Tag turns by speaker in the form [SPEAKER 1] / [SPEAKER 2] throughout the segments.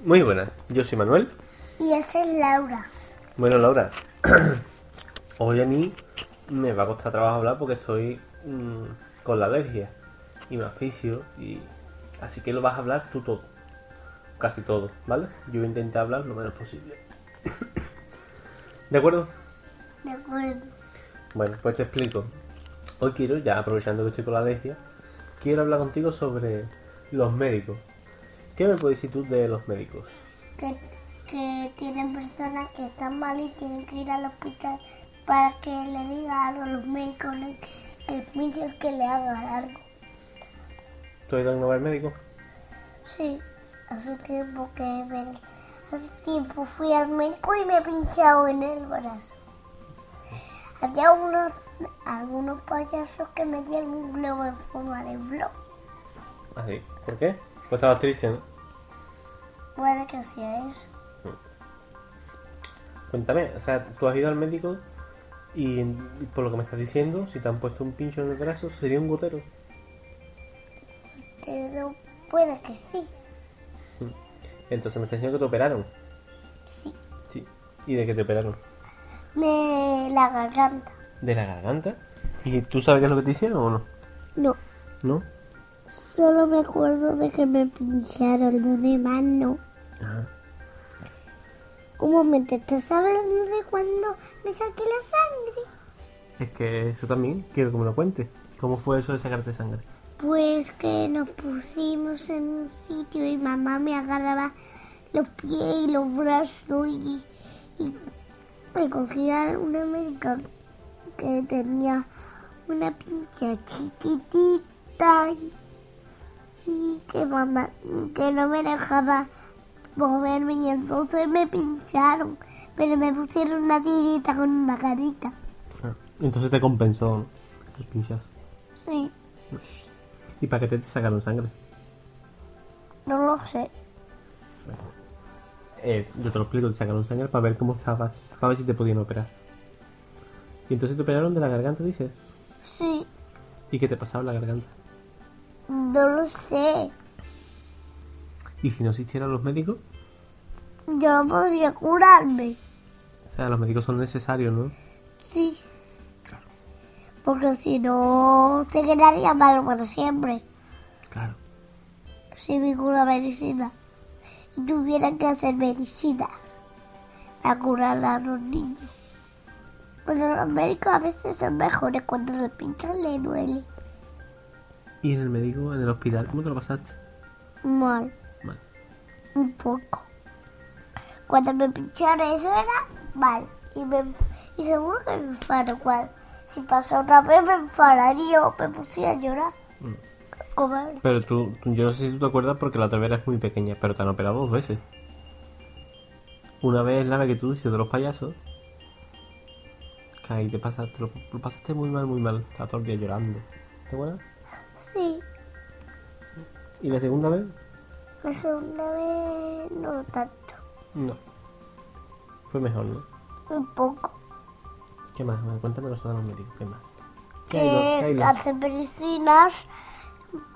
[SPEAKER 1] Muy buenas, yo soy Manuel.
[SPEAKER 2] Y esa es Laura.
[SPEAKER 1] Bueno, Laura, hoy a mí me va a costar trabajo hablar porque estoy mm, con la alergia y me asfixio y así que lo vas a hablar tú todo, casi todo, ¿vale? Yo intenté hablar lo menos posible. ¿De acuerdo?
[SPEAKER 2] De acuerdo.
[SPEAKER 1] Bueno, pues te explico. Hoy quiero, ya aprovechando que estoy con la alergia, quiero hablar contigo sobre los médicos. ¿Qué me puedes decir tú de los médicos?
[SPEAKER 2] Que, que tienen personas que están mal y tienen que ir al hospital para que le diga algo a los médicos, le- que el médico que le haga algo.
[SPEAKER 1] ¿Tú has ido alguna vez al médico?
[SPEAKER 2] Sí, hace tiempo que me- hace tiempo fui al médico y me he pinchado en el brazo. Había unos algunos payasos que me dieron un globo en forma de blog.
[SPEAKER 1] Así. Ah, ¿Por qué? Pues estabas triste, ¿no?
[SPEAKER 2] Puede que sea eso.
[SPEAKER 1] Cuéntame, o sea, tú has ido al médico y, y por lo que me estás diciendo, si te han puesto un pincho en el brazo, sería un gotero.
[SPEAKER 2] Pero puede que sí.
[SPEAKER 1] Entonces me estás diciendo que te operaron.
[SPEAKER 2] Sí.
[SPEAKER 1] Sí. ¿Y de qué te operaron?
[SPEAKER 2] Me la garganta.
[SPEAKER 1] De la garganta. ¿Y tú sabes qué es lo que te hicieron o no?
[SPEAKER 2] No.
[SPEAKER 1] ¿No?
[SPEAKER 2] Solo me acuerdo de que me pincharon los demás, no.
[SPEAKER 1] Ajá.
[SPEAKER 2] Un momento, ¿estás hablando de cuando me saqué la sangre?
[SPEAKER 1] Es que eso también quiero que me lo cuentes. ¿Cómo fue eso de sacarte sangre?
[SPEAKER 2] Pues que nos pusimos en un sitio y mamá me agarraba los pies y los brazos y, y me cogía una médica que tenía una pincha chiquitita y, y que mamá que no me dejaba moverme y entonces me pincharon, pero me pusieron una tirita con una carita.
[SPEAKER 1] Ah. Entonces te compensó ¿no? el pinchazo.
[SPEAKER 2] Sí,
[SPEAKER 1] ¿Y para qué te sacaron sangre?
[SPEAKER 2] no lo sé.
[SPEAKER 1] Eh, yo te lo explico, te sacaron sangre para ver cómo estabas, para ver si te podían operar. Y entonces te operaron de la garganta, dices.
[SPEAKER 2] Sí,
[SPEAKER 1] ¿Y qué te pasaba en la garganta?
[SPEAKER 2] no lo sé.
[SPEAKER 1] ¿Y si no existieran los médicos?
[SPEAKER 2] Yo no podría curarme.
[SPEAKER 1] O sea, los médicos son necesarios, ¿no?
[SPEAKER 2] Sí. Porque si no, se quedaría malo para siempre.
[SPEAKER 1] Claro.
[SPEAKER 2] Si me cura medicina. Y tuviera que hacer medicina para curar a los niños. Pero los médicos a veces son mejores cuando le pinchan, le duele.
[SPEAKER 1] ¿Y en el médico, en el hospital, cómo te lo pasaste?
[SPEAKER 2] Mal,
[SPEAKER 1] Mal.
[SPEAKER 2] un poco. Cuando me pincharon eso era mal. Y, me, y seguro que me enfado. cual- Si pasó otra vez me enfadaría o me pusiera a llorar.
[SPEAKER 1] Mm.
[SPEAKER 2] Como ahora.
[SPEAKER 1] Pero tú, tú- yo no sé si tú te acuerdas porque la otra vez eras muy pequeña, pero te han operado dos veces. Una vez la vez que tú hiciste de los payasos. Que ahí te pasaste, lo, lo pasaste muy mal, muy mal. Estaba todo el día llorando. ¿Te acuerdas?
[SPEAKER 2] Sí,
[SPEAKER 1] ¿Y la segunda vez?
[SPEAKER 2] la segunda vez no tanto.
[SPEAKER 1] No. Fue mejor, ¿no?
[SPEAKER 2] Un poco.
[SPEAKER 1] ¿Qué más? Bueno, Cuéntame los los médicos, ¿qué más? ¿Qué hay lo- qué hay
[SPEAKER 2] Que
[SPEAKER 1] lo-
[SPEAKER 2] hacen medicinas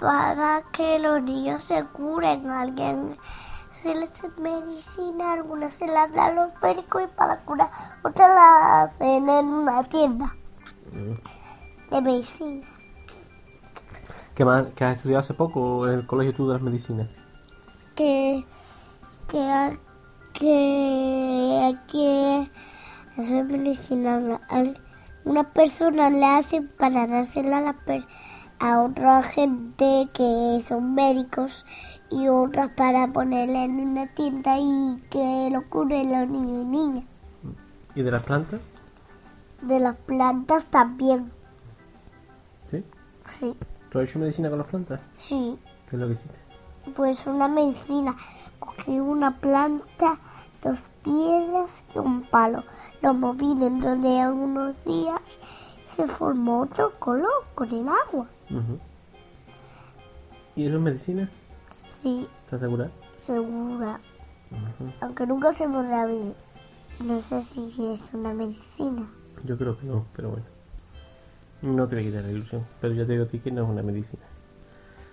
[SPEAKER 2] para que los niños se curen. Alguien se les hace medicina, algunas se las dan los médicos y para curar, otras las hacen en una tienda
[SPEAKER 1] Mm.
[SPEAKER 2] de medicina.
[SPEAKER 1] ¿Qué más? ¿Que has estudiado hace poco en el colegio tú de las medicinas?
[SPEAKER 2] Que, que, que hay que hacer medicina. Al- Una persona la hacen para dársela a, la per- a otra gente que son médicos y otras para ponerla en una tienda y que lo curen los niños y niñas.
[SPEAKER 1] ¿Y de las plantas?
[SPEAKER 2] De las plantas también.
[SPEAKER 1] ¿Sí?
[SPEAKER 2] Sí,
[SPEAKER 1] ¿Tú has hecho medicina con las plantas?
[SPEAKER 2] sí.
[SPEAKER 1] ¿Qué es lo que hiciste?
[SPEAKER 2] Pues una medicina. Cogí una planta, dos piedras y un palo. Lo moví dentro de unos días. Se formó otro color con el agua.
[SPEAKER 1] Ujú. ¿Y eso es medicina?
[SPEAKER 2] Sí,
[SPEAKER 1] ¿Estás segura?
[SPEAKER 2] segura. Aunque nunca se podrá ver. No sé si es una medicina.
[SPEAKER 1] Yo creo que no, pero bueno. No te voy a quitar la ilusión, pero ya te digo a ti que no es una medicina.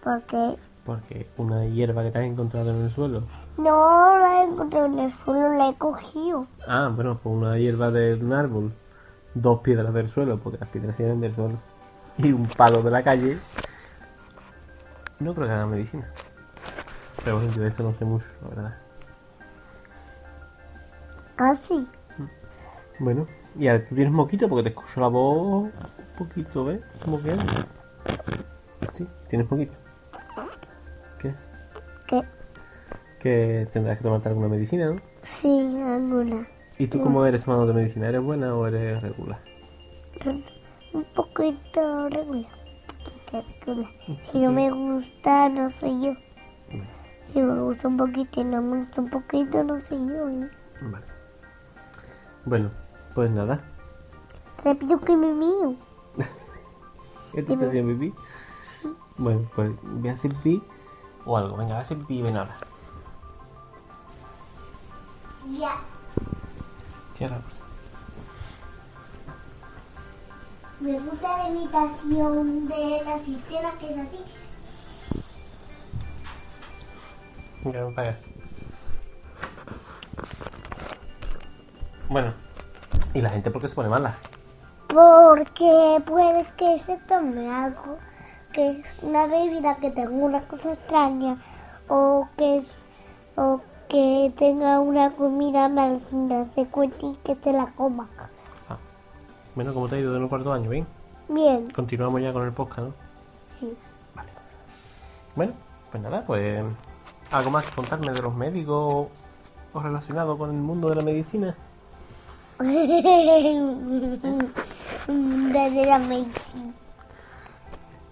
[SPEAKER 2] Porque
[SPEAKER 1] Porque una hierba que te has encontrado en el suelo.
[SPEAKER 2] No la he encontrado en el suelo, la he cogido.
[SPEAKER 1] Ah, bueno, pues una hierba de un árbol. Dos piedras del suelo, porque las piedras vienen del suelo. Y un palo de la calle. No creo que haga medicina. Pero bueno, yo de eso no sé mucho, la verdad.
[SPEAKER 2] Casi.
[SPEAKER 1] Bueno, y ahora tú tienes moquito porque te escucho la voz un poquito, ¿ves? ¿Cómo que? Sí, tienes moquito. ¿Qué?
[SPEAKER 2] ¿Qué?
[SPEAKER 1] Que tendrás que tomarte alguna medicina, ¿no?
[SPEAKER 2] Sí, alguna.
[SPEAKER 1] ¿Y tú cómo eres tomándote medicina? ¿Eres buena o eres regular?
[SPEAKER 2] Un poquito regular. poquito regular. Si no me gusta, no soy yo. Si me gusta un poquito y no me gusta un poquito, no soy yo. ¿eh?
[SPEAKER 1] Vale. Bueno, pues nada.
[SPEAKER 2] Repito que me mío.
[SPEAKER 1] ¿Esto te hacía pipí? Bueno, pues voy a hacer pipí o algo. Venga, voy a hacer pipí y ven ahora.
[SPEAKER 2] Ya.
[SPEAKER 1] Cierra la puerta.
[SPEAKER 2] Me gusta la imitación de la cisterna que es así.
[SPEAKER 1] Venga, ven para acá. Bueno, ¿y la gente por qué se pone mala?
[SPEAKER 2] Porque puede que se tome algo, que es una bebida que tenga una cosa extraña, o que, es- o que tenga una comida malsana, se cuenta y que se la coma.
[SPEAKER 1] Ah. Bueno, ¿cómo te ha ido en el cuarto año? ¿Bien?
[SPEAKER 2] Bien,
[SPEAKER 1] Continuamos ya con el podcast, ¿no?
[SPEAKER 2] sí.
[SPEAKER 1] Bueno, pues nada, pues algo más que contarme de los médicos o relacionado con el mundo de la medicina.
[SPEAKER 2] Desde la medicina.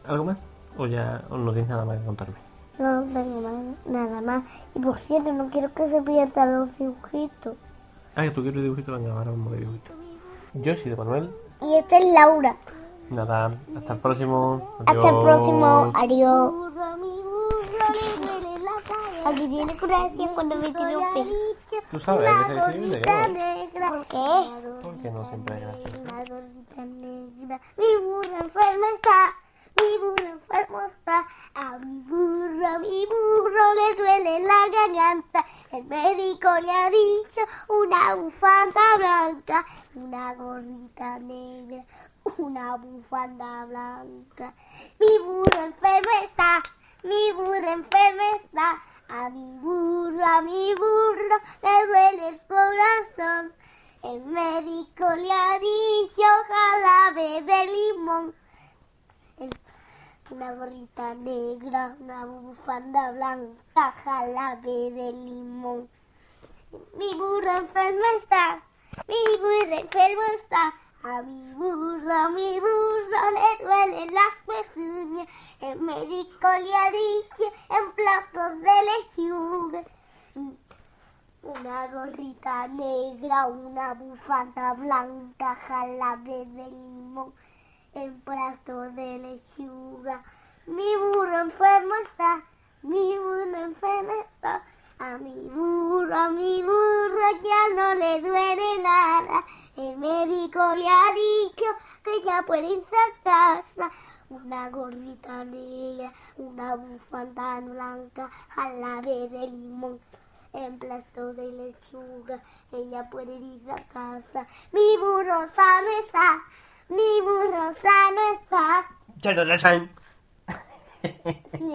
[SPEAKER 1] ¿Algo más? O ya o no tienes nada más que contarme.
[SPEAKER 2] No tengo más- nada más. Y por cierto, no quiero que se pierdan los dibujitos.
[SPEAKER 1] Ah, que tú quieres dibujito, venga, ahora vamos a dibujito. Yo soy de Manuel.
[SPEAKER 2] Y esta es Laura.
[SPEAKER 1] Nada, hasta el próximo.
[SPEAKER 2] Hasta el
[SPEAKER 1] Adiós.
[SPEAKER 2] próximo. Adiós. Aquí viene gracias cuando me tiene un pez.
[SPEAKER 1] Tú sabes, que se escribe, ¿no?
[SPEAKER 2] negra. ¿Por qué?
[SPEAKER 1] Porque no siempre es gracioso.
[SPEAKER 2] Una gordita negra. Mi burra enferma está. Mi burra enfermo está. A mi burro, mi burro le duele la garganta. El médico le ha dicho una bufanda blanca. Una gordita negra. Una bufanda blanca. Mi burro enfermo está. Mi burro enfermo está. A mi burro, a mi burro le duele el corazón. El médico le ha dicho jalabe de limón. El- una gorrita negra, una bufanda blanca, jalabe de limón. Mi burro enfermo está, mi burro enfermo está. A mi burro, a mi burro le duelen las pezuñas. El médico le ha dicho en platos de lechuga. Una gorrita negra, una bufanda blanca, jalabe de limón, el brazo de lechuga. Mi burro enfermo está, mi burro enfermo está. A mi burro, a mi burro ya no le duele nada. El médico le ha dicho que ya puede irse a casa. Una gorrita negra, una bufanda blanca, jalabe de limón en plato de lechuga, ella puede ir a casa. Mi burro sano está, mi burro sano está.
[SPEAKER 1] Till the next time.